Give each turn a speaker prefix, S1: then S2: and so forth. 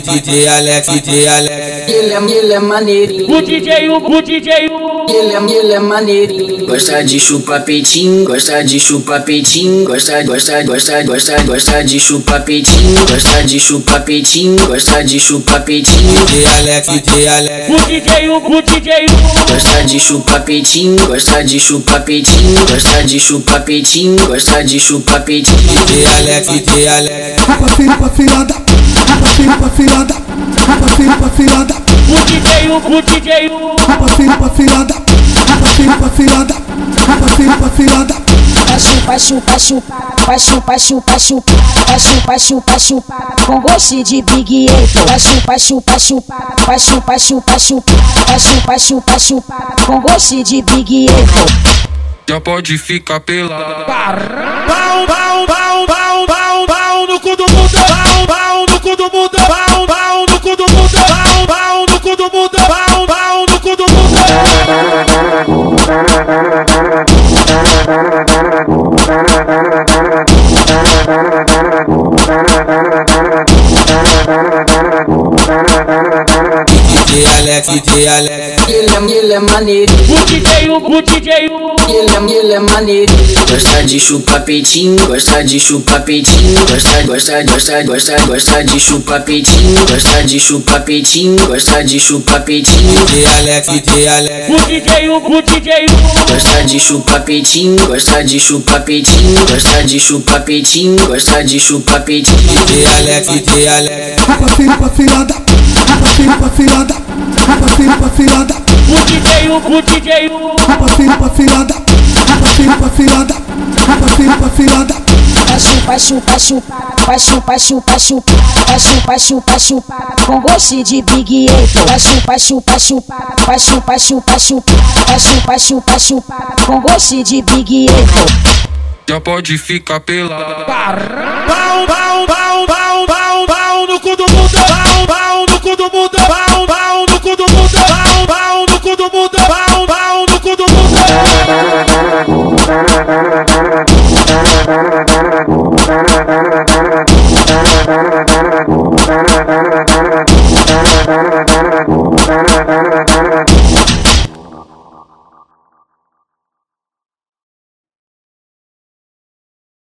S1: DJ Alex, DJ Alex.
S2: Ele é, ele é maneirinho.
S3: O DJ, o, o DJ, o.
S2: Ele é, ele é maneirinho.
S4: Gosta de chupar peitinho, gosta de chupar peitinho, gosta, gosta, gosta, gosta, gosta de chupar peitinho, gosta de chupar peitinho, gosta de chupar peitinho,
S1: DJ Alex, DJ Alex.
S3: O DJ, o, o DJ, o.
S4: gosta de chupar peitinho, gosta de chupar peitinho, gosta de chupar peitinho, gosta de chupar peitinho.
S1: DJ Alex, DJ Alex.
S5: pra filho pra filada, pra filho pra filada, pra filho pra filada,
S3: O DJ, o, o DJ, o.
S5: pra filho pra filada, pra filho pra filada, pra filho pra filada,
S6: Vai chupar, chupar, chupar, vai chupar, chupar, chupar, vai chupar, chupar, chupar, com gosto de Big Apple. Vai chupar, chupar, chupar, vai chupar, chupar, chupar, vai chupar, chupar, chupar, com gosto de Big Apple.
S7: Já pode ficar pelada.
S8: Pau, pau, pau, pau, pau, pau no cu do mundo. Pau, pau no cu do mundo. Pau, pau no cu do mundo. Pau, pau no cu do mundo. Pau, pau no cu do mundo.
S1: DJ Alex, DJ Alex.
S2: Ele é, ele é maneirinho.
S3: O DJ, o, o DJ, o.
S2: Ele é, ele é maneirinho.
S4: Gosta de chupar peitinho, gosta de chupar peitinho, gosta, gosta, gosta, gosta, gosta de chupar peitinho, gosta de chupar peitinho, gosta de chupar peitinho,
S1: DJ Alex, DJ Alex.
S3: O DJ, o, o DJ, o.
S4: gosta de chupar peitinho, gosta de chupar peitinho, gosta de chupar peitinho, gosta de chupar peitinho.
S1: DJ Alex, DJ Alex.
S5: pra filho pra filada, pra filho pra filada, pra filho pra filada,
S3: O DJ, o, o DJ, o.
S5: pra filho pra filada, pra filho pra filada, pra filho pra filada,
S6: Vai chupar, chupar, chupar, vai chupar, chupar, chupar, vai chupar, chupar, chupar, com gosto de Big Apple. Vai chupar, chupar, chupar, vai chupar, chupar, chupar, vai chupar, chupar, chupar, com gosto de Big Apple.
S7: Já pode ficar pelada.
S8: Pau, pau, pau, pau, pau, pau no cu do mundo. Pau, pau no cu do mundo. Pau, pau no cu do mundo. Pau, pau no cu do mundo. Pau, pau no cu do mundo.